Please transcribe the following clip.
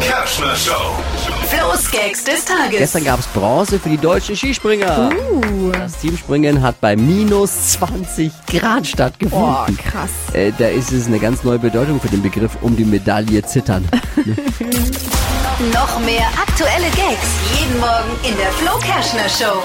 Kerschner Show. Flo's Gags des Tages. Gestern gab es Bronze für die deutschen Skispringer. Uh. Das Teamspringen hat bei minus 20 Grad stattgefunden. Boah, krass. Äh, da ist es eine ganz neue Bedeutung für den Begriff um die Medaille zittern. Noch mehr aktuelle Gags jeden Morgen in der Flo Kerschner Show.